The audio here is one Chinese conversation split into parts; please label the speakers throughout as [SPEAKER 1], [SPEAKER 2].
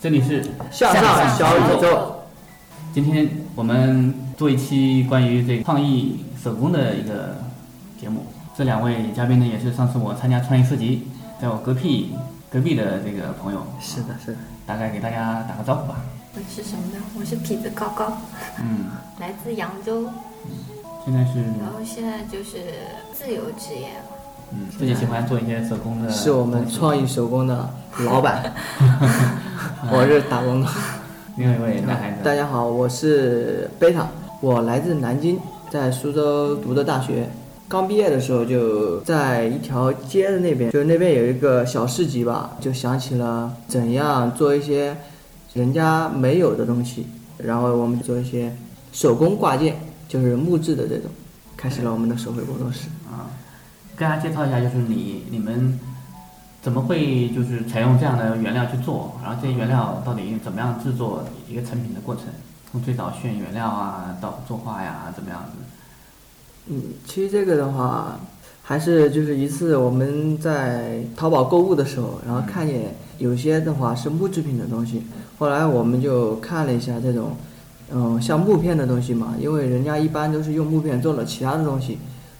[SPEAKER 1] 这里是
[SPEAKER 2] 向上小宇宙，
[SPEAKER 1] 今天我们做一期关于这个创意手工的一个节目。这两位嘉宾呢，也是上次我参加创意市集，在我隔壁隔壁的这个朋友，
[SPEAKER 2] 是的，是的。
[SPEAKER 1] 大概给大家打个招呼吧。
[SPEAKER 3] 我是什么呢？我是痞子高高，
[SPEAKER 1] 嗯，
[SPEAKER 3] 来自扬州，
[SPEAKER 1] 现在是
[SPEAKER 3] 然后现在就是自由职业了。
[SPEAKER 1] 嗯自己喜欢做一些手工的，
[SPEAKER 2] 是我们创意。手工的老板，我是打工的。
[SPEAKER 1] 另外一位男孩子，
[SPEAKER 2] 大家好，我是贝塔，我来自南京，在苏州读的大学。刚毕业的时候就在一条街的那边，就是那边有一个小市集吧，就想起了怎样做一些人家没有的东西，然后我们做一些手工挂件，就是木质的这种，开始了我们的手绘工作室。
[SPEAKER 1] 啊，跟大家介绍一下，就是你你们怎么会就是采用这样的原料去做？然后这些原料到底怎么样制作一个成品的过程？从最早选原料啊，到作画呀，怎么样子？
[SPEAKER 2] 嗯，其实这个的话，还是就是一次我们在淘宝购物的时候，然后看见有些的话是木制品的东西，后来我们就看了一下这种，嗯，像木片的东西嘛，因为人家一般都是用木片做了其他的东西，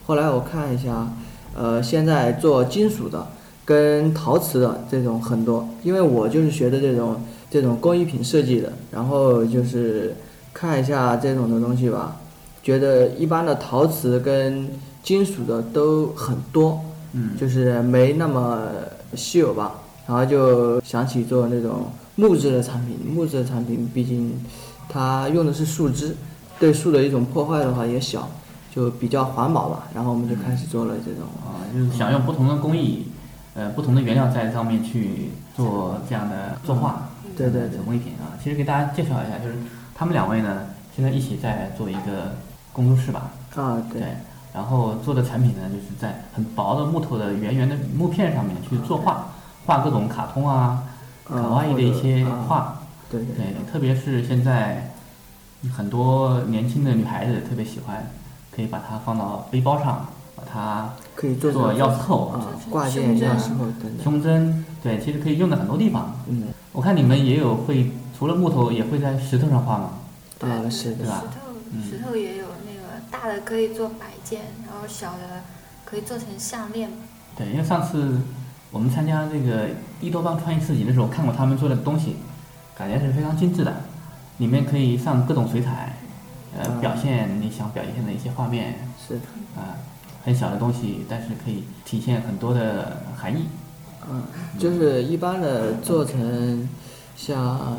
[SPEAKER 2] 后来我看了一下，呃，现在做金属的跟陶瓷的这种很多，因为我就是学的这种这种工艺品设计的，然后就是看一下这种的东西吧，觉得一般的陶瓷跟金属的都很多，
[SPEAKER 1] 嗯，
[SPEAKER 2] 就是没那么稀有吧。然后就想起做那种木质的产品，木质的产品毕竟它用的是树枝，对树的一种破坏的话也小，就比较环保吧。然后我们就开始做了这种
[SPEAKER 1] 啊，就是想用不同的工艺，呃，不同的原料在上面去做这样的作画，
[SPEAKER 2] 对对对
[SPEAKER 1] 手工艺品啊。其实给大家介绍一下，就是他们两位呢，现在一起在做一个工作室吧，
[SPEAKER 2] 啊，对
[SPEAKER 1] 对，然后做的产品呢，就是在很薄的木头的圆圆的木片上面去作画，画各种卡通啊、
[SPEAKER 2] 嗯
[SPEAKER 1] 卡哇伊的一些
[SPEAKER 2] 或者
[SPEAKER 1] 画，
[SPEAKER 2] 对对
[SPEAKER 1] 对，特别是现在很多年轻的女孩子特别喜欢，可以把它放到背包上，把它
[SPEAKER 2] 可以做
[SPEAKER 1] 做
[SPEAKER 2] 成
[SPEAKER 1] 钥匙扣、
[SPEAKER 2] 啊挂件、
[SPEAKER 3] 胸针
[SPEAKER 2] 钥匙扣等等。
[SPEAKER 1] 胸针，对，其实可以用在很多地方。
[SPEAKER 2] 嗯，
[SPEAKER 1] 我看你们也有会，除了木头，也会在石头上画吗？
[SPEAKER 2] 啊，是的
[SPEAKER 1] 对，吧
[SPEAKER 3] 石头、石头也有那个大的可以做摆件，然后小的可以做成项链。
[SPEAKER 1] 对，因为上次我们参加这个一多邦创意市集的时候，看过他们做的东西，感觉是非常精致的，里面可以上各种水彩，呃，
[SPEAKER 2] 嗯
[SPEAKER 1] 表现你想表现的一些画面
[SPEAKER 2] 是的，
[SPEAKER 1] 啊、很小的东西，但是可以体现很多的含义。
[SPEAKER 2] 嗯，就是一般的做成像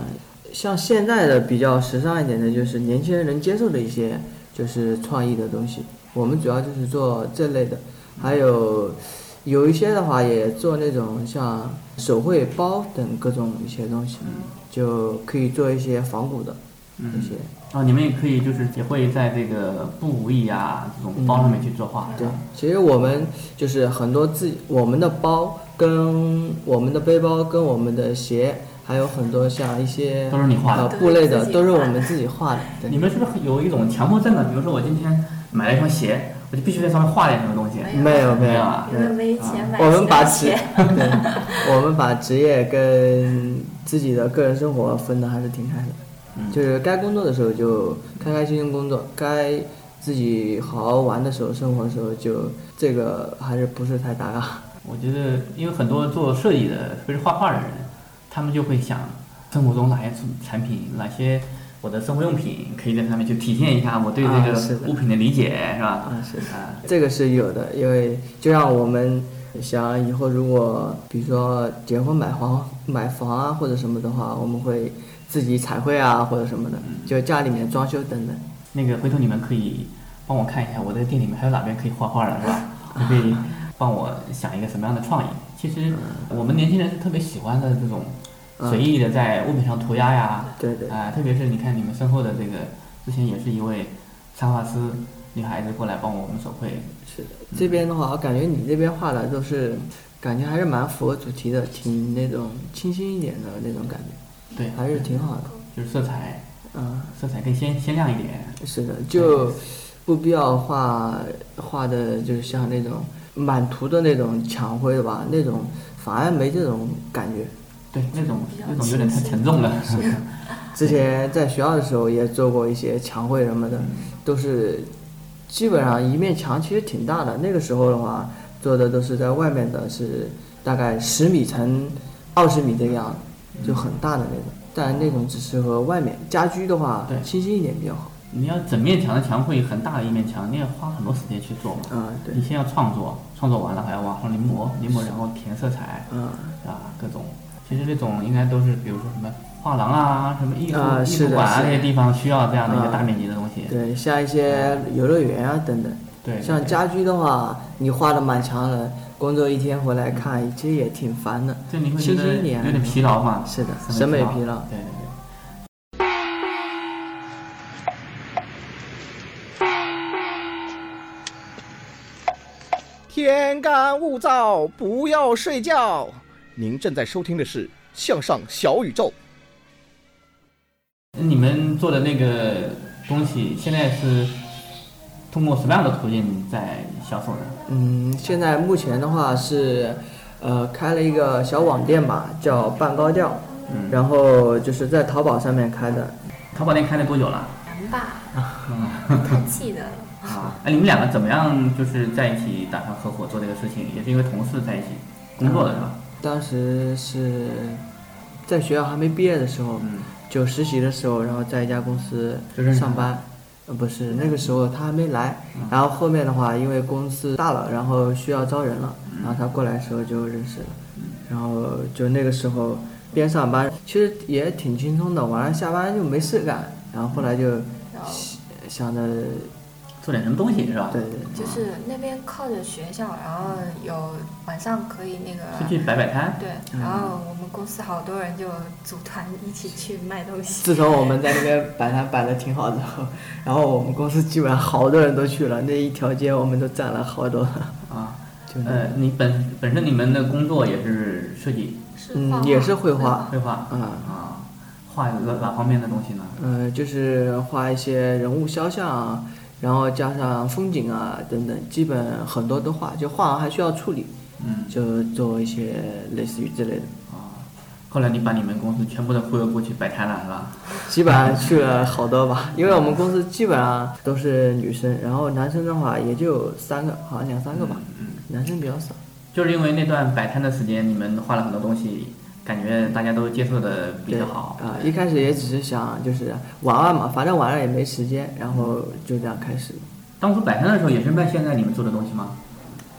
[SPEAKER 2] 像现在的比较时尚一点的，就是年轻人能接受的一些就是创意的东西。我们主要就是做这类的，还有有一些的话也做那种像手绘包等各种一些东西，就可以做一些仿古的一些。
[SPEAKER 1] 啊，你们也可以就是也会在这个布艺啊这种包上面去作画，啊
[SPEAKER 2] 对，其实我们就是很多自己我们的包跟我们的背包跟我们的鞋，还有很多像一些
[SPEAKER 1] 都是你画的
[SPEAKER 2] 呃布类的，
[SPEAKER 3] 都
[SPEAKER 2] 都
[SPEAKER 3] 是自己画的
[SPEAKER 2] 是我们自己画的。对
[SPEAKER 1] 你，们是不是有一种强迫症啊？比如说我今天买了一双鞋，我就必须在上面画点什么东西。
[SPEAKER 2] 没有没
[SPEAKER 1] 没有
[SPEAKER 2] 有
[SPEAKER 1] 啊，
[SPEAKER 3] 有的没钱买，
[SPEAKER 2] 啊我们把职
[SPEAKER 3] 鞋。，
[SPEAKER 2] 对，我们把职业跟自己的个人生活分的还是挺开
[SPEAKER 1] 嗯
[SPEAKER 2] 的，就是该工作的时候就开开心心工作，该自己好好玩的时候、生活的时候就这个还是不是太搭嘎。
[SPEAKER 1] 我觉得，因为很多做设计的，特别是画画的人，他们就会想生活中哪些产品、哪些我的生活用品，可以在上面去体现一下我对
[SPEAKER 2] 啊
[SPEAKER 1] 这
[SPEAKER 2] 是
[SPEAKER 1] 个
[SPEAKER 2] 的
[SPEAKER 1] 物品的理解，是吧？
[SPEAKER 2] 啊，是
[SPEAKER 1] 啊
[SPEAKER 2] 的，这个是有的，因为就让我们想以后如果比如说结婚买房、买房啊或者什么的话，我们会自己彩绘啊或者什么的，就家里面装修等等。
[SPEAKER 1] 那个回头你们可以帮我看一下，我的店里面还有哪边可以画画的，是 吧？你可以帮我想一个什么样的创意。其
[SPEAKER 2] 嗯
[SPEAKER 1] 实我们年轻人是特别喜欢的这种随意的在物品上涂鸦呀，
[SPEAKER 2] 对对
[SPEAKER 1] 啊、特别是你看你们身后的这个，之前也是一位插画师女孩子过来帮我们手绘，
[SPEAKER 2] 是的，这边的话，我感觉你这边画的都是，感觉还是蛮符合主题的，挺那种清新一点的那种感觉，
[SPEAKER 1] 对，
[SPEAKER 2] 还是挺好的。
[SPEAKER 1] 就是色彩，
[SPEAKER 2] 嗯，
[SPEAKER 1] 色彩更鲜鲜亮一点，
[SPEAKER 2] 是的，就不必要画画的，就是像那种满图的那种墙灰的吧，那种反而没这种感觉。
[SPEAKER 1] 对，那种那种有点太沉重了，
[SPEAKER 2] 之前在学校的时候也做过一些墙绘什么的，都是基本上一面墙其实挺大的。那个时候的话，做的都是在外面的，是大概十米乘二十米的样子，就很大的那种。但那种只适合外面，家居的话
[SPEAKER 1] 对，
[SPEAKER 2] 清新一点比较好。
[SPEAKER 1] 你要整面墙的墙绘很大的一面墙，你要花很多时间去做嘛。
[SPEAKER 2] 嗯对
[SPEAKER 1] 你先要创作，创作完了还要往上临摹，临摹然后填色彩，
[SPEAKER 2] 嗯
[SPEAKER 1] 啊各种。其实这种应该都是，比如说什么画廊啊、什么艺术、
[SPEAKER 2] 啊
[SPEAKER 1] 艺
[SPEAKER 2] 是
[SPEAKER 1] 术
[SPEAKER 2] 的
[SPEAKER 1] 馆啊
[SPEAKER 2] 是
[SPEAKER 1] 这
[SPEAKER 2] 的
[SPEAKER 1] 些地方需要这样的一个
[SPEAKER 2] 啊
[SPEAKER 1] 大面积的东西。
[SPEAKER 2] 对，像一些游乐园啊等等。
[SPEAKER 1] 对对
[SPEAKER 2] 像
[SPEAKER 1] 对
[SPEAKER 2] 家居的话，你画的满墙了，工作一天回来看，其实也挺烦的。
[SPEAKER 1] 这你会觉
[SPEAKER 2] 清
[SPEAKER 1] 得
[SPEAKER 2] 新一
[SPEAKER 1] 有
[SPEAKER 2] 点，
[SPEAKER 1] 点疲劳嘛？
[SPEAKER 2] 是的审美疲劳
[SPEAKER 1] 对对对。
[SPEAKER 4] 天干物燥，不要睡觉。您正在收听的是《向上小宇宙》。
[SPEAKER 1] 你们做的那个东西，现在是通过什么样的途径在销售呢？
[SPEAKER 2] 嗯，现在目前的话是，呃，开了一个小网店吧，叫半高调，
[SPEAKER 1] 嗯
[SPEAKER 2] 然后就是在淘宝上面开的。
[SPEAKER 1] 淘宝店开了多久了？
[SPEAKER 3] 难吧？不太记得了。
[SPEAKER 1] 啊，哎，你们两个怎么样？就是在一起打算合伙做这个事情，也是因为同事在一起工
[SPEAKER 2] 嗯
[SPEAKER 1] 作的是吧？
[SPEAKER 2] 当时是在学校还没毕业的时
[SPEAKER 1] 嗯
[SPEAKER 2] 候，就实习的时候，然后在一家公司
[SPEAKER 1] 就认识嗯
[SPEAKER 2] 上班。呃，不是，那个时候他还没来，然后后面的话，因为公司大了，然后需要招人了，
[SPEAKER 1] 嗯
[SPEAKER 2] 然后他过来的时候就认识了，然后就那个时候边上班，其实也挺轻松的，晚上下班就没事干，然后后来就
[SPEAKER 3] 然后
[SPEAKER 2] 想着，
[SPEAKER 1] 做点什么东西是吧？
[SPEAKER 2] 对，对，
[SPEAKER 3] 就是那边靠着学校，然后有晚上可以那
[SPEAKER 1] 出
[SPEAKER 3] 个
[SPEAKER 1] 去摆摆摊。
[SPEAKER 3] 对，然后我们公司好多人就组团一起去卖东西
[SPEAKER 2] 自。从我们在那边摆摊摆的挺好之后，然后我们公司基本上好多人都去了，那一条街我们都占了好多。
[SPEAKER 1] 啊，
[SPEAKER 2] 就那
[SPEAKER 1] 呃，你本本身你们的工作也是设计
[SPEAKER 3] 是画
[SPEAKER 2] 嗯，
[SPEAKER 3] 画
[SPEAKER 2] 也是绘画，
[SPEAKER 1] 绘画，
[SPEAKER 2] 嗯
[SPEAKER 1] 啊，画哪哪方面的东西呢？
[SPEAKER 2] 呃，就是画一些人物肖像啊，然后加上风景啊等等，基本很多都画，就画完还需要处理，
[SPEAKER 1] 嗯
[SPEAKER 2] 就做一些类似于之类的。
[SPEAKER 1] 啊，后来你把你们公司全部的忽悠过去摆摊了是吧？
[SPEAKER 2] 基本上去了好多吧，因为我们公司基本上都是女生，然后男生的话也就三个，好像两三个吧，
[SPEAKER 3] 嗯
[SPEAKER 2] 男生比较少。
[SPEAKER 1] 嗯就是因为那段摆摊的时间，你们画了很多东西，感觉大家都接受的比较
[SPEAKER 3] 哦
[SPEAKER 1] 好
[SPEAKER 2] 啊、一开始也只是想就是玩玩嘛，反正玩了也没时间，然后就这样开始。
[SPEAKER 1] 当初摆摊的时候也是卖现在你们做的东西吗？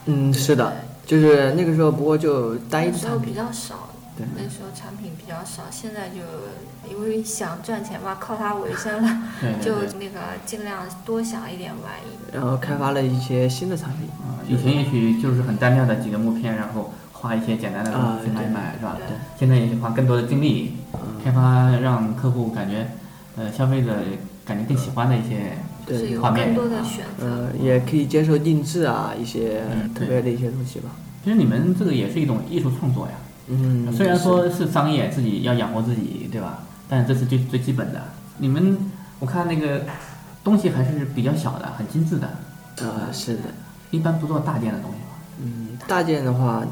[SPEAKER 2] 嗯，是的，就是那个时候，不过就单一
[SPEAKER 3] 那
[SPEAKER 2] 的
[SPEAKER 3] 时候
[SPEAKER 2] 产
[SPEAKER 3] 比
[SPEAKER 2] 品。
[SPEAKER 3] 较少，
[SPEAKER 2] 对
[SPEAKER 3] 那时候产品比较少，现在就因为想赚钱嘛，靠它为生了，
[SPEAKER 1] 对对对
[SPEAKER 3] 就那个尽量多想一点玩一点。
[SPEAKER 2] 然后开发了一些新的产品。
[SPEAKER 1] 啊，以前也许就是很单调的几个木片，然后画一些简单的东
[SPEAKER 2] 啊
[SPEAKER 1] 西卖
[SPEAKER 2] 对嗯
[SPEAKER 1] 一卖，是吧？
[SPEAKER 3] 对。
[SPEAKER 1] 现在也许花更多的精力开发，让客户感觉，呃，消费者感觉更喜欢的一些
[SPEAKER 3] 就是有
[SPEAKER 1] 画面。
[SPEAKER 3] 更多的
[SPEAKER 1] 啊
[SPEAKER 3] 选择。
[SPEAKER 2] 呃，也可以接受定制啊，一些
[SPEAKER 1] 嗯
[SPEAKER 2] 特别的一些东西吧。
[SPEAKER 1] 其实你们这个也是一种艺术创作呀，
[SPEAKER 2] 嗯，
[SPEAKER 1] 虽然
[SPEAKER 2] 是
[SPEAKER 1] 说是商业，自己要养活自己，对吧？但这是最最基本的。你们，我看那个东西还是比较小的，很精致的，
[SPEAKER 2] 呃是的，
[SPEAKER 1] 一般不做大件的东西吧。
[SPEAKER 2] 嗯，大件的话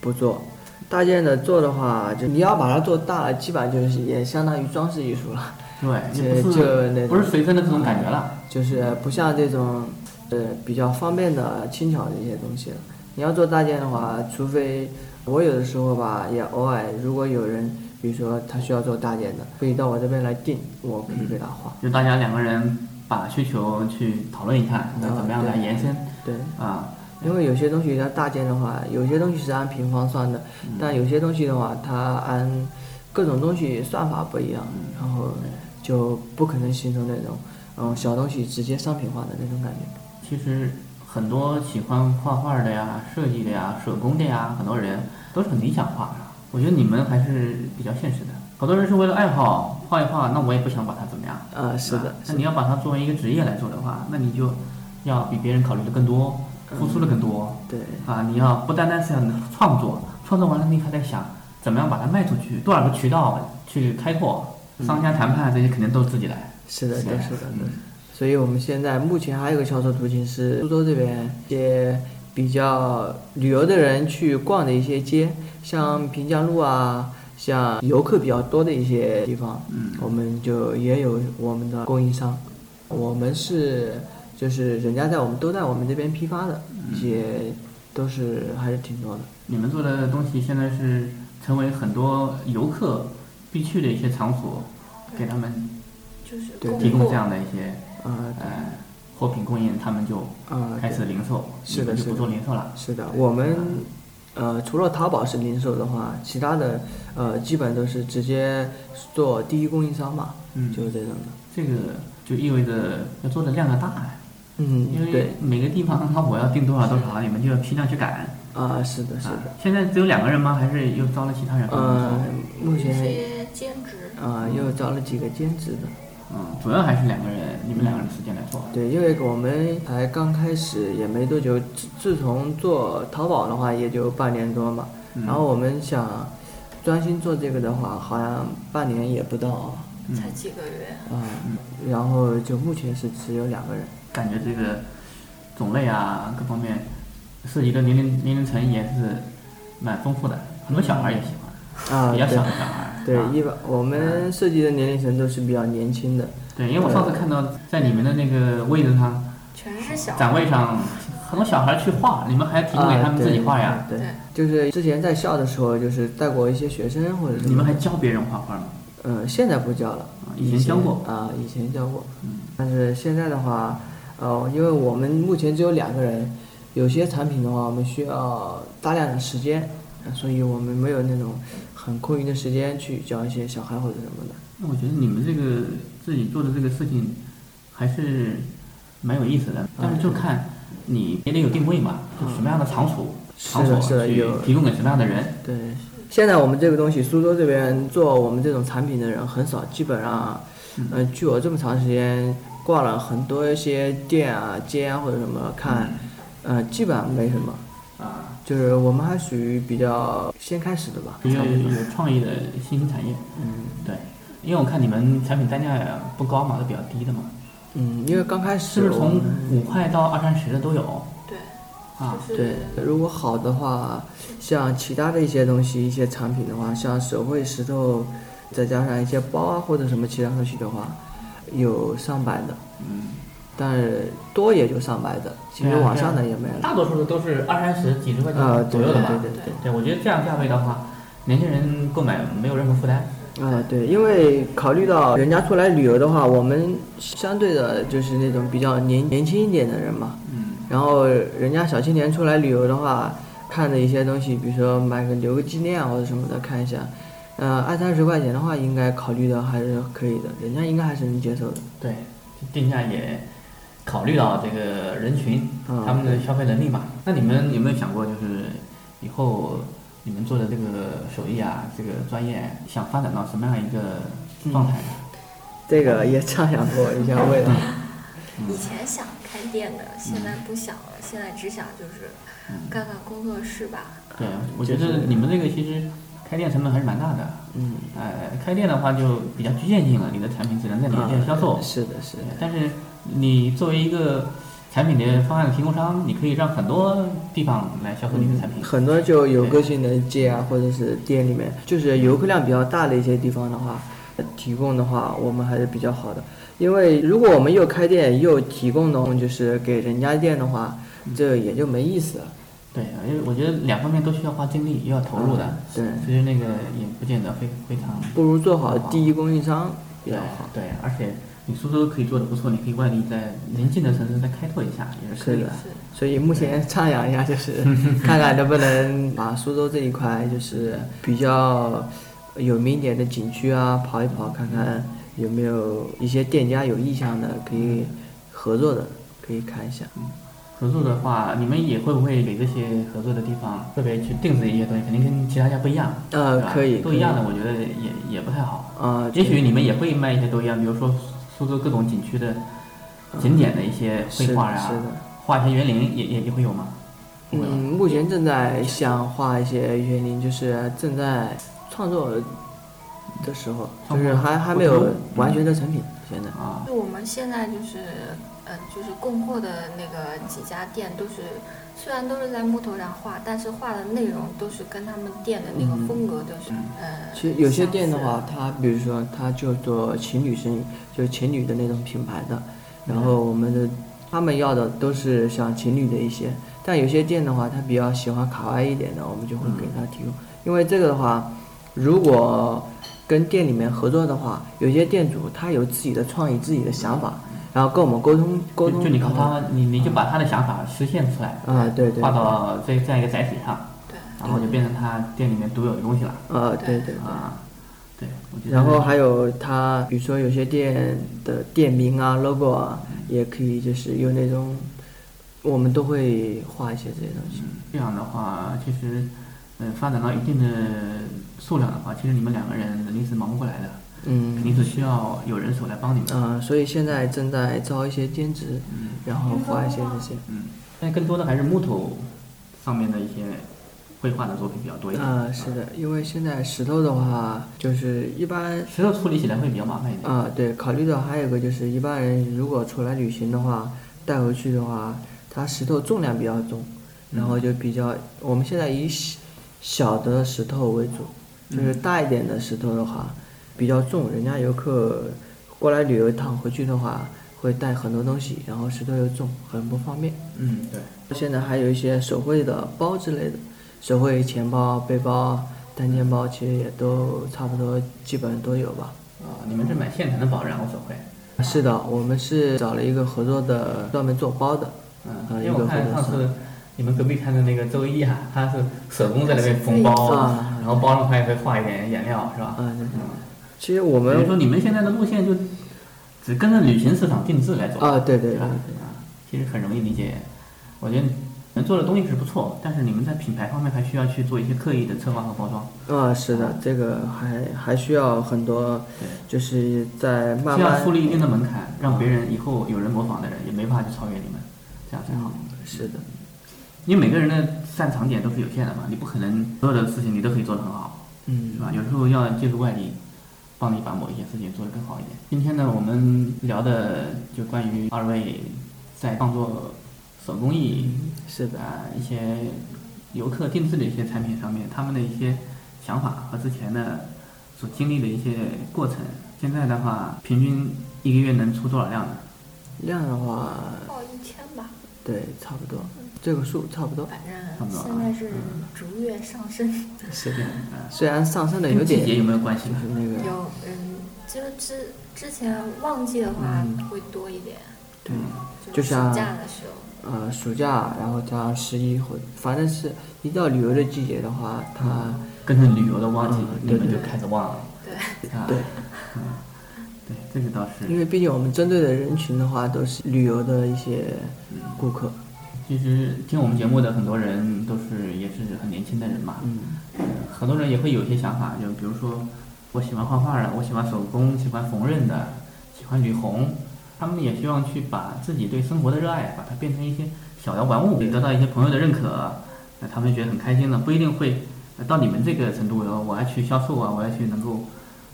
[SPEAKER 2] 不做，大件的做的话，就你要把它做大了，基本上就是也相当于装饰艺术了。
[SPEAKER 1] 对，
[SPEAKER 2] 这
[SPEAKER 1] 也不
[SPEAKER 2] 就是那种嗯
[SPEAKER 1] 不是随身的这种感觉了。
[SPEAKER 2] 就是不像这种呃比较方便的轻巧的一些东西了。你要做大件的话，除非我有的时候吧，也偶尔如果有人比如说他需要做大件的，可以到我这边来定，我可以给他画。
[SPEAKER 1] 就大家两个人把需求去讨论一下，那怎么样来延伸？
[SPEAKER 2] 对
[SPEAKER 1] 啊，
[SPEAKER 2] 因为有些东西它大件的话，有些东西是按平方算的，
[SPEAKER 1] 嗯
[SPEAKER 2] 但有些东西的话，它按各种东西算法不一样，然后就不可能形成那种嗯小东西直接商品化的那种感觉。
[SPEAKER 1] 其实很多喜欢画画的呀、设计的呀、手工的呀，很多人都是很理想化的。我觉得你们还是比较现实的。好多人是为了爱好画一画，那我也不想把它怎么样。
[SPEAKER 2] 呃，是的，
[SPEAKER 1] 那你要把它作为一个职业来做的话，那你就要比别人考虑的更多，付出的更多。
[SPEAKER 2] 对
[SPEAKER 1] 啊，你要不单单是要创作，创作完了你还在想怎么样把它卖出去，多少个渠道去开拓，商家谈判这些肯定都是自己来。
[SPEAKER 2] 嗯是的，
[SPEAKER 1] 是啊嗯
[SPEAKER 2] 对，
[SPEAKER 1] 的
[SPEAKER 2] 是的，对。所以我们现在目前还有一个销售途径是苏州这边一些比较旅游的人去逛的一些街，像平江路啊，像游客比较多的一些地方，嗯，我们就也有我们的供应商，我们是就是人家在我们都在我们这边批发的，一些都是还是挺多的。
[SPEAKER 1] 你们做的东西现在是成为很多游客必去的一些场所，给他们
[SPEAKER 3] 就是
[SPEAKER 2] 对
[SPEAKER 1] 提供
[SPEAKER 2] 供
[SPEAKER 1] 这样的一些
[SPEAKER 2] 呃
[SPEAKER 1] 呃货品供应，他们就
[SPEAKER 2] 啊
[SPEAKER 1] 开始零售，
[SPEAKER 2] 是的
[SPEAKER 1] 你们就是不
[SPEAKER 2] 的
[SPEAKER 1] 做零售了。
[SPEAKER 2] 是的，我们呃除了淘宝是零售的话，其他的呃基本都是直接做第一供应商嘛，
[SPEAKER 1] 嗯
[SPEAKER 2] 就是这种的。
[SPEAKER 1] 这个就意味着要做的量要大呀，
[SPEAKER 2] 嗯，
[SPEAKER 1] 因为
[SPEAKER 2] 对，
[SPEAKER 1] 每个地方它我要定多少多少，你们就要批量去赶。
[SPEAKER 2] 啊、是的，是
[SPEAKER 1] 啊
[SPEAKER 2] 的，，
[SPEAKER 1] 现在只有两个人吗？还是又招了其他人？
[SPEAKER 2] 呃，
[SPEAKER 1] 嗯
[SPEAKER 2] 目
[SPEAKER 3] 一
[SPEAKER 2] 前
[SPEAKER 3] 些兼职，
[SPEAKER 2] 啊、又招了几个兼职的，
[SPEAKER 1] 嗯，主要还是两个人，你们两个人之间来做。
[SPEAKER 2] 对，因为我们才刚开始也没多久，自自从做淘宝的话也就半年多嘛，
[SPEAKER 1] 嗯
[SPEAKER 2] 然后我们想专心做这个的话，好像半年也不到啊、
[SPEAKER 3] 才几个月，
[SPEAKER 1] 嗯
[SPEAKER 2] 然后就目前是只有两个人。
[SPEAKER 1] 感觉这个种类啊，各方面涉及的年龄年龄层也是蛮丰富的，很多小孩也喜欢，
[SPEAKER 2] 啊
[SPEAKER 1] 比较
[SPEAKER 2] 对
[SPEAKER 1] 小的小孩。
[SPEAKER 2] 对
[SPEAKER 1] 啊，
[SPEAKER 2] 一般我们设计的年龄层都是比较年轻的。
[SPEAKER 1] 对，因为我上次看到在你们的那个位置上
[SPEAKER 3] 全是小
[SPEAKER 1] 展位上，很多小孩去画，你们还提供给他们自己画呀？
[SPEAKER 2] 啊对
[SPEAKER 3] 对
[SPEAKER 2] 对，就是之前在校的时候，就是带过一些学生或者什
[SPEAKER 1] 你们
[SPEAKER 2] 么
[SPEAKER 1] 还。教别人画画吗？
[SPEAKER 2] 呃，现在不教了，
[SPEAKER 1] 以前教过嗯
[SPEAKER 2] 啊，以前教过。但是现在的话，呃，因为我们目前只有两个人，有些产品的话，我们需要大量的时间，呃所以我们没有那种很空余的时间去教一些小孩或者什么的。
[SPEAKER 1] 那我觉得你们这个自己做的这个事情还是蛮有意思的，但是就看你也得有定位嘛，就什么样的场所、
[SPEAKER 2] 的
[SPEAKER 1] 场
[SPEAKER 2] 是
[SPEAKER 1] 所
[SPEAKER 2] 的
[SPEAKER 1] 去
[SPEAKER 2] 有
[SPEAKER 1] 提供给什么样的人。
[SPEAKER 2] 对，现在我们这个东西，苏州这边做我们这种产品的人很少，基本上，嗯、呃，据我这么长时间逛了很多一些店啊、街啊或者什么看，呃，基本上没什么，
[SPEAKER 1] 嗯啊，
[SPEAKER 2] 就是我们还属于比较先开始的吧，
[SPEAKER 1] 比较
[SPEAKER 2] 差不多
[SPEAKER 1] 有创意的新兴产业。嗯，对，因为我看你们产品单价也不高嘛，都比较低的嘛，
[SPEAKER 2] 嗯，因为刚开
[SPEAKER 1] 是
[SPEAKER 2] 始
[SPEAKER 1] 不是
[SPEAKER 2] 我
[SPEAKER 1] 从
[SPEAKER 2] 们
[SPEAKER 1] 五块到二三十的都有
[SPEAKER 3] 对，
[SPEAKER 1] 啊？
[SPEAKER 3] 就
[SPEAKER 2] 对
[SPEAKER 3] 是，
[SPEAKER 2] 如果好的话，像其他的一些东西、一些产品的话，像手绘石头，再加上一些包啊或者什么其他东西的话，有上百的，嗯，但是多也就上百的，其实
[SPEAKER 1] 对啊
[SPEAKER 2] 往上的
[SPEAKER 1] 对啊
[SPEAKER 2] 也没了。
[SPEAKER 1] 大多数的都是二三十、几十块
[SPEAKER 2] 啊
[SPEAKER 1] 钱左
[SPEAKER 2] 对
[SPEAKER 1] 右的
[SPEAKER 2] 对
[SPEAKER 1] 嘛。
[SPEAKER 2] 对对
[SPEAKER 1] 对，我觉得这样价位的话，年轻人购买没有任何负担。
[SPEAKER 2] 啊、对，因为考虑到人家出来旅游的话，我们相对的就是那种比较年年轻一点的人嘛，嗯，然后人家小青年出来旅游的话，看的一些东西，比如说买个留个纪念啊或者什么的看一下，呃，二三十块钱的话，应该考虑的还是可以的，人家应该还是能接受的。
[SPEAKER 1] 对，定价也考虑到这个人群、
[SPEAKER 2] 嗯
[SPEAKER 1] 他们的消费能力嘛。那你们有没有想过，就是以后你们做的这个手艺啊，这个专业想发展到什么样一个状态？
[SPEAKER 2] 嗯这个 也畅想过一下未来，嗯
[SPEAKER 3] 以前想开店的，现在不想了，现在只想就是
[SPEAKER 2] 嗯
[SPEAKER 3] 干干工作室吧。
[SPEAKER 1] 对，我觉得你们这个其实开店成本还是蛮大的。
[SPEAKER 2] 嗯，
[SPEAKER 1] 呃，开店的话就比较局限性了，你的产品只能在你的店销售。
[SPEAKER 2] 是的，是的，
[SPEAKER 1] 但是你作为一个产品的方案提供商，你可以让很多地方来销售你的产品。
[SPEAKER 2] 很多就有个性的街啊，或者是店里面，就是游客量比较大的一些地方的话，呃提供的话，我们还是比较好的。因为如果我们又开店又提供的，就是给人家店的话，这也就没意思了。
[SPEAKER 1] 对，因为我觉得两方面都需要花精力，又要投入的。
[SPEAKER 2] 嗯对，
[SPEAKER 1] 其实那个也不见得非非常
[SPEAKER 2] 不如做好第一供应商比
[SPEAKER 1] 对
[SPEAKER 2] 较好。
[SPEAKER 1] 对，而且你苏州可以做的不错，你可以外地在临近的城市再开拓一下，也是
[SPEAKER 2] 可以
[SPEAKER 1] 以
[SPEAKER 2] 的。所以目前畅想一下，就是 看看能不能把苏州这一块，就是比较有名一点的景区啊，跑一跑，看看有没有一些店家有意向的可以合作的，可以看一下。
[SPEAKER 1] 合作的话，你们也会不会给这些合作的地方特别去定制一些东西？肯定跟其他家不一样。
[SPEAKER 2] 呃
[SPEAKER 1] 对吧
[SPEAKER 2] 可以
[SPEAKER 1] 都一样的，我觉得也也不太好。
[SPEAKER 2] 啊
[SPEAKER 1] 也许你们也会卖一些都一样，比如说苏州各种景区的景点的一些绘画呀、
[SPEAKER 2] 嗯是的是的
[SPEAKER 1] 画一些园林也也也会有吗？
[SPEAKER 2] 嗯，目前正在想画一些园林，就是正在创作的时候，就是还还没有完全的成品，现在
[SPEAKER 1] 啊。
[SPEAKER 3] 就我们现在就是，呃，就是供货的那个几家店都是，虽然都是在木头上画，但是画的内容都是跟他们店的那个
[SPEAKER 2] 嗯
[SPEAKER 3] 风格都是，呃，
[SPEAKER 2] 其实有些店的话，它比如说它就做情侣生意，就是情侣的那种品牌的，然后
[SPEAKER 1] 嗯
[SPEAKER 2] 我们的他们要的都是像情侣的一些，但有些店的话，他比较喜欢卡哇伊一点的，我们就会给他提供，因为这个的话，如果跟店里面合作的话，有些店主他有自己的创意、自己的想法，然后跟我们沟通沟
[SPEAKER 1] 就
[SPEAKER 2] 通
[SPEAKER 1] 就你
[SPEAKER 2] 的
[SPEAKER 1] 和
[SPEAKER 2] 话，
[SPEAKER 1] 他，你你就把他的想法实现出来，
[SPEAKER 2] 啊对对
[SPEAKER 1] 画到这这样一个载体上，
[SPEAKER 3] 对，
[SPEAKER 1] 然后就变成他店里面独有的东西了。
[SPEAKER 2] 呃对对
[SPEAKER 1] 啊，对，我觉得
[SPEAKER 2] 然后还有它，比如说有些店的店名啊、logo 啊，也可以就是有那种，我们都会画一些这些东西。
[SPEAKER 1] 嗯这样的话，其实，嗯、发展到一定的数量的话，其实你们两个人肯定是忙不过来的，
[SPEAKER 2] 嗯
[SPEAKER 1] 肯定是需要有人手来帮你们。
[SPEAKER 2] 嗯、所以现在正在招一些兼职，然后画一些这些。
[SPEAKER 1] 嗯，但更多的还是木头上面的一些绘画的作品比较多一点。
[SPEAKER 2] 啊、是的，因为现在石头的话，就是一般
[SPEAKER 1] 石头处理起来会比较麻烦一点。
[SPEAKER 2] 啊、对，考虑到还有一个就是一般人如果出来旅行的话，带回去的话，它石头重量比较重，然后就比较，我们现在以小小的石头为主，就是
[SPEAKER 1] 嗯
[SPEAKER 2] 大一点的石头的话比较重，人家游客过来旅游一趟回去的话会带很多东西，然后石头又重，很不方便。
[SPEAKER 1] 嗯，对。
[SPEAKER 2] 现在还有一些手绘的包之类的，手绘钱包、背包、单肩包，其实也都差不多，基本都有吧。
[SPEAKER 1] 啊，你们是买现成的包，然后手绘。
[SPEAKER 2] 啊是的，我们是找了一个合作的专门做包的，
[SPEAKER 1] 嗯，
[SPEAKER 2] 呃，一
[SPEAKER 1] 因为我
[SPEAKER 2] 个合
[SPEAKER 1] 看
[SPEAKER 2] 作
[SPEAKER 1] 上次
[SPEAKER 2] 商。
[SPEAKER 1] 你们隔壁看的那个周一哈，他是手工在那边缝包，
[SPEAKER 2] 啊
[SPEAKER 1] 然后包上他也会画一点颜料，是吧？
[SPEAKER 2] 嗯对
[SPEAKER 1] 嗯。
[SPEAKER 2] 其实我
[SPEAKER 1] 比如说
[SPEAKER 2] 们
[SPEAKER 1] 你们现在的路线就只跟着旅行市场定制来走
[SPEAKER 2] 啊对对
[SPEAKER 1] 吧？
[SPEAKER 2] 对
[SPEAKER 1] 啊，其实很容易理解。我觉得你们做的东西是不错，但是你们在品牌方面还需要去做一些刻意的策划和包装，
[SPEAKER 2] 啊，是的，这个还还需要很多，就是在慢
[SPEAKER 1] 需要
[SPEAKER 2] 慢
[SPEAKER 1] 树立一定的门槛，让别人以后有人模仿的人也没办法去超越你们，这样才好。
[SPEAKER 2] 嗯是的，
[SPEAKER 1] 因为每个人的擅长点都是有限的嘛，你不可能所有的事情你都可以做得很好，
[SPEAKER 2] 嗯
[SPEAKER 1] 是吧？有时候要借助外力，帮你把某一些事情做得更好一点。今天呢，我们聊的就关于二位在创作手工艺
[SPEAKER 2] 嗯是的
[SPEAKER 1] 啊一些游客定制的一些产品上面，他们的一些想法和之前的所经历的一些过程。现在的话，平均一个月能出多少辆呢？
[SPEAKER 2] 量的话，
[SPEAKER 3] 到一千吧，
[SPEAKER 2] 对，差不多，这个数差不多。嗯
[SPEAKER 3] 反
[SPEAKER 1] 差不
[SPEAKER 3] 正
[SPEAKER 1] 多啊
[SPEAKER 3] 现在是逐月上升。
[SPEAKER 1] 是这样啊。
[SPEAKER 2] 虽然上升的有
[SPEAKER 1] 跟季
[SPEAKER 2] 点，
[SPEAKER 1] 节有没有关系呢？
[SPEAKER 2] 就是那个
[SPEAKER 3] 有，嗯，就是之之前旺季的话会多一点，
[SPEAKER 2] 对，
[SPEAKER 3] 就
[SPEAKER 2] 嗯就是
[SPEAKER 3] 暑
[SPEAKER 2] 像
[SPEAKER 3] 假的时候，
[SPEAKER 2] 呃，暑假，然后加上十一或，反正是一到旅游的季节的话，它
[SPEAKER 1] 跟着旅游的旺季
[SPEAKER 2] 嗯，
[SPEAKER 1] 你
[SPEAKER 2] 对
[SPEAKER 1] 们就
[SPEAKER 2] 对
[SPEAKER 1] 开始旺了。
[SPEAKER 3] 对，
[SPEAKER 1] 啊
[SPEAKER 2] 对，
[SPEAKER 1] 嗯，对，这个倒
[SPEAKER 2] 因
[SPEAKER 1] 是。
[SPEAKER 2] 为毕竟我们针对的人群的话，都是旅游的一些
[SPEAKER 1] 嗯
[SPEAKER 2] 顾客，
[SPEAKER 1] 其实听我们节目的很多人都是也是很年轻的人嘛，
[SPEAKER 2] 嗯，
[SPEAKER 1] 呃很多人也会有一些想法，就比如说我喜欢画画的，我喜欢手工，喜欢缝纫的，喜欢旅红，他们也希望去把自己对生活的热爱，把它变成一些小的玩物，得到一些朋友的认可，那他们觉得很开心了，不一定会呃到你们这个程度，然后我要去销售啊，我要去能够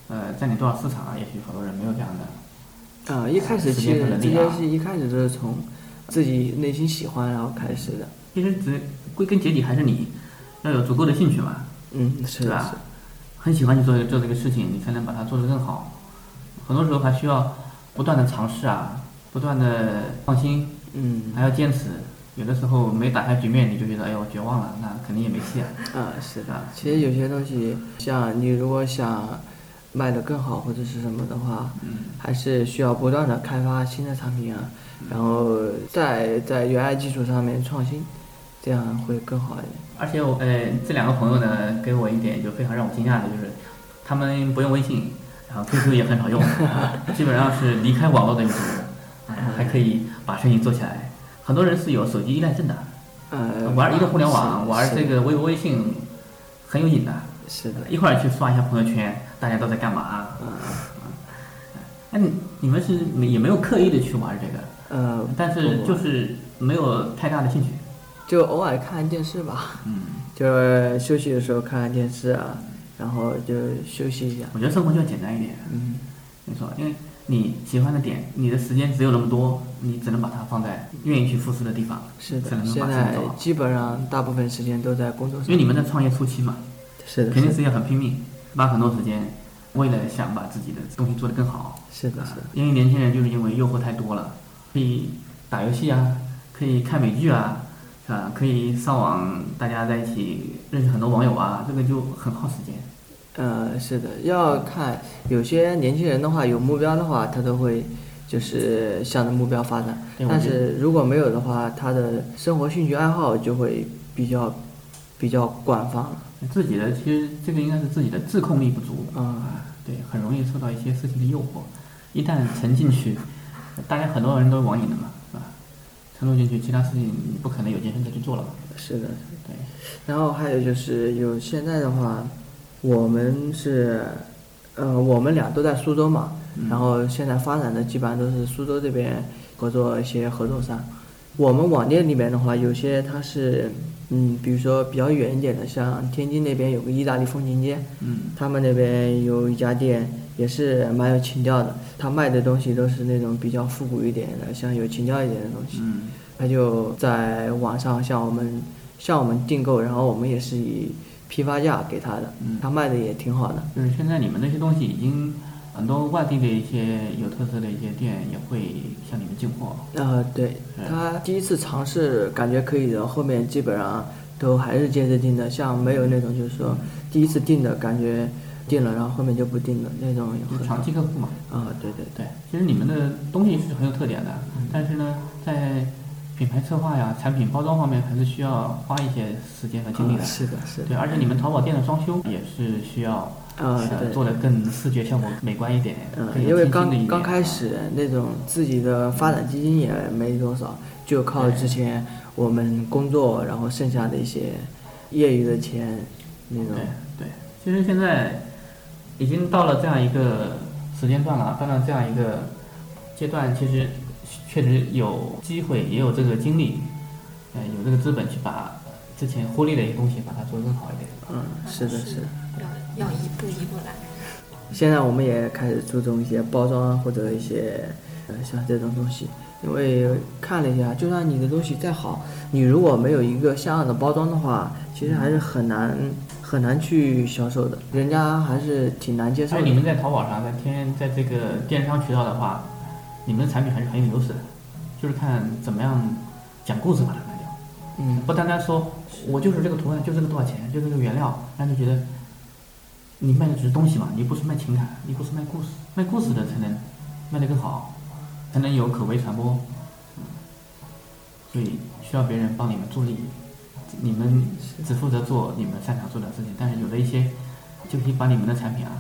[SPEAKER 1] 呃占领多少市场啊，也许很多人没有这样的。
[SPEAKER 2] 啊、一开始
[SPEAKER 1] 时
[SPEAKER 2] 其
[SPEAKER 1] 间
[SPEAKER 2] 实
[SPEAKER 1] 不能
[SPEAKER 2] 这
[SPEAKER 1] 力
[SPEAKER 2] 些
[SPEAKER 1] 啊
[SPEAKER 2] 是一开始都是从自己内心喜欢然后开始的，
[SPEAKER 1] 其实只归根结底还是你要有足够的兴趣嘛，
[SPEAKER 2] 嗯，是
[SPEAKER 1] 对
[SPEAKER 2] 的，
[SPEAKER 1] 吧
[SPEAKER 2] 是的？
[SPEAKER 1] 很喜欢去做做这个事情，你才能把它做得更好。很多时候还需要不断的尝试啊，不断的创新，
[SPEAKER 2] 嗯，
[SPEAKER 1] 还要坚持，有的时候没打开局面，你就觉得哎呦绝望了，那肯定也没戏了。
[SPEAKER 2] 啊， 是的，其实有些东西，像你如果想卖得更好或者是什么的话，
[SPEAKER 1] 嗯
[SPEAKER 2] 还是需要不断的开发新的产品啊，然后再在原来基础上面创新，这样会更好一点。
[SPEAKER 1] 而且我呃，这两个朋友呢，给我一点就非常让我惊讶的，就是他们不用微信，然后 QQ 也很少用， 基本上是离开网络的一种，啊还可以把生意做起来。很多人是有手机依赖症的，
[SPEAKER 2] 呃，
[SPEAKER 1] 玩移动互联网，
[SPEAKER 2] 是
[SPEAKER 1] 玩这个微博、微信，很有瘾的。
[SPEAKER 2] 是的，
[SPEAKER 1] 一会儿去刷一下朋友圈，大家都在干嘛？嗯，那你你们是没也没有刻意的去玩这个，
[SPEAKER 2] 呃，
[SPEAKER 1] 但是
[SPEAKER 2] 不
[SPEAKER 1] 就是没有太大的兴趣。
[SPEAKER 2] 就偶尔看看电视吧，嗯，就是休息的时候看看电视啊，然后就休息一下。
[SPEAKER 1] 我觉得生活就要简单一点。
[SPEAKER 2] 嗯，
[SPEAKER 1] 没错，因为你喜欢的点，你的时间只有那么多，你只能把它放在愿意去付出的地方，
[SPEAKER 2] 是
[SPEAKER 1] 才
[SPEAKER 2] 的，
[SPEAKER 1] 能
[SPEAKER 2] 现
[SPEAKER 1] 把事情
[SPEAKER 2] 在
[SPEAKER 1] 做好。
[SPEAKER 2] 基本上大部分时间都在工作上。
[SPEAKER 1] 因为你们在创业初期嘛，
[SPEAKER 2] 是的，
[SPEAKER 1] 肯定
[SPEAKER 2] 是
[SPEAKER 1] 是
[SPEAKER 2] 的
[SPEAKER 1] 要很拼命，花很多时间，为了想把自己的东西做得更好。
[SPEAKER 2] 是的，
[SPEAKER 1] 啊
[SPEAKER 2] 是的，
[SPEAKER 1] 因为年轻人就是因为诱惑太多了，可以打游戏啊，可以看美剧啊，是吧？可以上网，大家在一起认识很多网友啊，这个就很耗时间。
[SPEAKER 2] 呃，是的，要看有些年轻人的话，有目标的话，他都会就是向着目标发展。
[SPEAKER 1] 对我
[SPEAKER 2] 但
[SPEAKER 1] 觉得
[SPEAKER 2] 是如果没有的话，他的生活兴趣爱好就会比较比较广泛了。
[SPEAKER 1] 自己的其实这个应该是自己的自控力不足
[SPEAKER 2] 嗯
[SPEAKER 1] 啊，对，很容易受到一些事情的诱惑，一旦沉进去，大家很多人都网瘾的嘛，啊，沉入进去，其他事情你不可能有精神再去做了嘛，
[SPEAKER 2] 是的，
[SPEAKER 1] 对，
[SPEAKER 2] 然后还有就是有现在的话，我们是，呃，我们俩都在苏州嘛，然后现在发展的基本上都是苏州这边合作一些合作商。我们网店里面的话，有些它是，嗯，比如说比较远一点的，像天津那边有个意大利风情街，
[SPEAKER 1] 嗯，
[SPEAKER 2] 他们那边有一家店也是蛮有情调的，他卖的东西都是那种比较复古一点的，像有情调一点的东西。
[SPEAKER 1] 嗯，
[SPEAKER 2] 他就在网上向我们向我们订购，然后我们也是以批发价给他的，
[SPEAKER 1] 嗯
[SPEAKER 2] 他卖的也挺好的。
[SPEAKER 1] 就是现在你们那些东西已经很多外地的一些有特色的一些店也会向你们进货，
[SPEAKER 2] 呃，对
[SPEAKER 1] 嗯
[SPEAKER 2] 他第一次尝试感觉可以的，后面基本上都还是接着订的，像没有那种就是说第一次订的感觉订了，然后后面就不订了那种也
[SPEAKER 1] 就是
[SPEAKER 2] 很
[SPEAKER 1] 长期客户嘛。
[SPEAKER 2] 啊、对对
[SPEAKER 1] 对，
[SPEAKER 2] 对嗯
[SPEAKER 1] 其实你们的东西是很有特点的，但是呢，在品牌策划呀、产品包装方面，还是需要花一些时间和精力的。
[SPEAKER 2] 啊是的，是
[SPEAKER 1] 对，
[SPEAKER 2] 的，
[SPEAKER 1] 而且你们淘宝店的装修也是需要
[SPEAKER 2] 呃对
[SPEAKER 1] 做的更视觉效果美观一点，
[SPEAKER 2] 嗯，
[SPEAKER 1] 更有
[SPEAKER 2] 因为
[SPEAKER 1] 清新的一
[SPEAKER 2] 刚
[SPEAKER 1] 点
[SPEAKER 2] 刚开
[SPEAKER 1] 啊
[SPEAKER 2] 始那种自己的发展基金也没多少，就靠之前我们工作，然后剩下的一些业余的钱，那种
[SPEAKER 1] 对对，嗯其实现在已经到了这样一个时间段了，到了这样一个阶段，其实确实有机会，也有这个精力，呃，有这个资本去把之前忽略的一些东西，把它做得更好一点。
[SPEAKER 2] 嗯，是 的，是的。
[SPEAKER 3] 要要一步一步来。
[SPEAKER 2] 现在我们也开始注重一些包装啊，或者一些呃像这种东西，因为看了一下，就算你的东西再好，你如果没有一个像样的包装的话，其实还是很难很难去销售的，人家还是挺难接受
[SPEAKER 1] 所
[SPEAKER 2] 的
[SPEAKER 1] 哎以。你们在淘宝上，在天，在这个电商渠道的话，你们的产品还是很有优势的，就是看怎么样讲故事把它卖掉。
[SPEAKER 2] 嗯，
[SPEAKER 1] 不单单说我就是这个图案，就这个多少钱，就这个原料，让你觉得你卖的只是东西嘛，你不是卖情感，你不是卖故事，卖故事的才能卖得更好，才能有口碑传播。嗯所以需要别人帮你们助力，你们只负责做你们擅长做的事情，但是有的一些就可以把你们的产品啊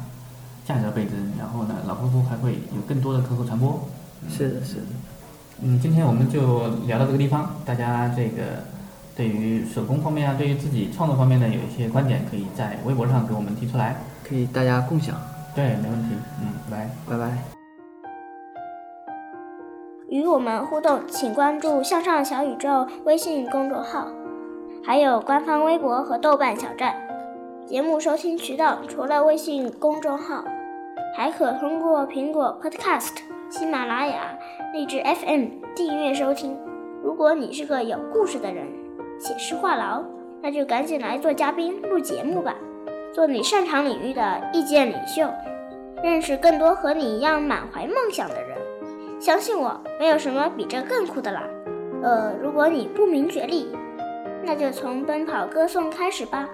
[SPEAKER 1] 价格倍增，然后呢，老客户还会有更多的客户传播。
[SPEAKER 2] 是的，是的。
[SPEAKER 1] 嗯，今天我们就聊到这个地方，大家这个对于手工方面啊，对于自己创作方面呢，有一些观点可以在微博上给我们提出来。
[SPEAKER 2] 可以大家共享，
[SPEAKER 1] 对，没问题。嗯，来。
[SPEAKER 2] 拜拜。
[SPEAKER 5] 与我们互动，请关注“向上小宇宙”微信公众号，还有官方微博和豆瓣小站。节目收听渠道除了微信公众号，还可通过苹果 Podcast、喜马拉雅、荔枝 FM 订阅收听。如果你是个有故事的人，写诗话痨，那就赶紧来做嘉宾录节目吧，做你擅长领域的意见领袖，认识更多和你一样满怀梦想的人。相信我，没有什么比这更酷的啦！呃，如果你不明觉厉，那就从奔跑歌颂开始吧。